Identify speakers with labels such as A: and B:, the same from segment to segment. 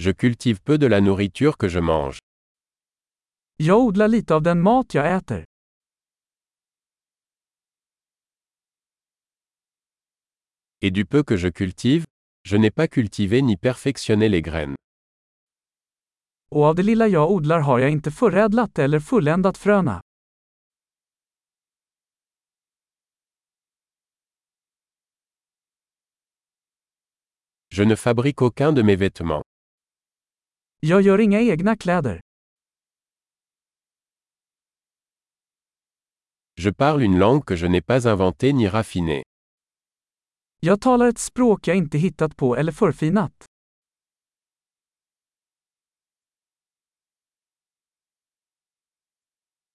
A: Je cultive peu de la nourriture que je mange.
B: Jag odlar lite av den mat jag äter.
A: Et du peu que je cultive, je n'ai pas cultivé ni perfectionné les graines.
B: Och av det lilla jag odlar har jag inte förädlat eller fulländat fröna.
A: Je ne fabrique aucun de mes vêtements.
B: Jag gör inga egna kläder.
A: Je parle une langue que je n'ai pas inventée ni raffinée.
B: Jag talar ett språk jag inte hittat på eller förfinat.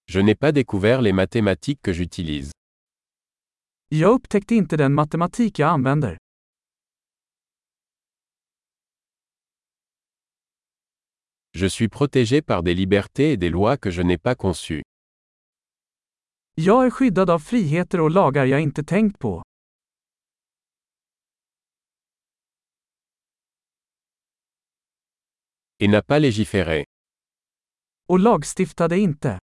A: Je n'ai pas découvert les mathématiques que j'utilise.
B: Jag upptäckte inte den matematik jag använder.
A: Je suis protégé par des libertés et des lois que je n'ai pas conçues.
B: Jag är skyddad av friheter och lagar jag inte tänkt på.
A: Et n'a pas légiféré.
B: Och lagstiftade inte.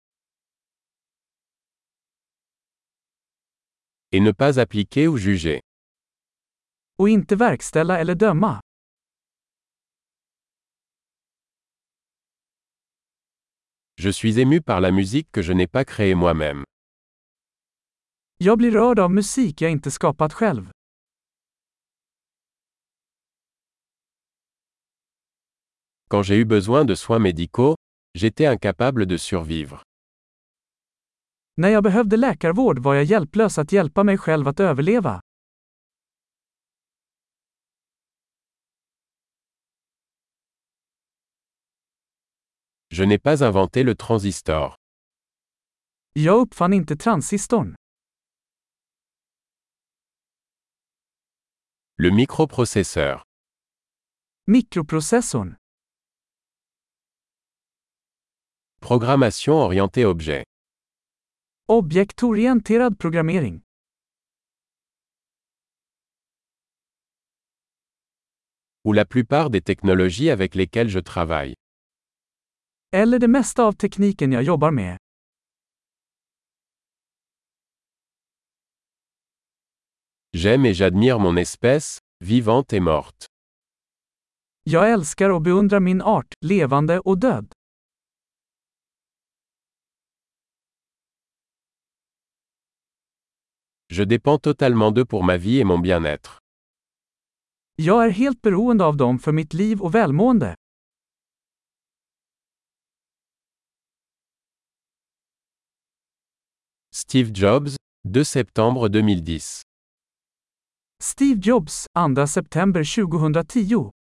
A: Et ne pas appliquer ou juger.
B: Och inte verkställa eller döma.
A: Je suis ému par la musique que je n'ai pas créée moi-même.
B: Jag blir rörd av musik jag inte skapat själv.
A: Quand j'ai eu besoin de soins médicaux, j'étais incapable de survivre.
B: När jag behövde läkarvård var jag hjälplös att hjälpa mig själv att överleva.
A: Je n'ai pas inventé le transistor.
B: Jag uppfann inte transistorn.
A: Le microprocesseur.
B: Mikroprocessorn.
A: Programmation orientée objet.
B: Objektorienterad programmering.
A: Ou la plupart des technologies avec lesquelles je travaille.
B: Eller det mesta av tekniken jag jobbar med.
A: J'aime et j'admire mon espèce, vivante et morte.
B: Jag älskar och beundrar min art, levande och död.
A: Je dépends totalement d'eux pour ma vie et mon bien-être.
B: Jag är helt beroende av dem för mitt liv och välmående.
A: Steve Jobs, 2 septembre 2010.
B: Steve Jobs, 2 september 2010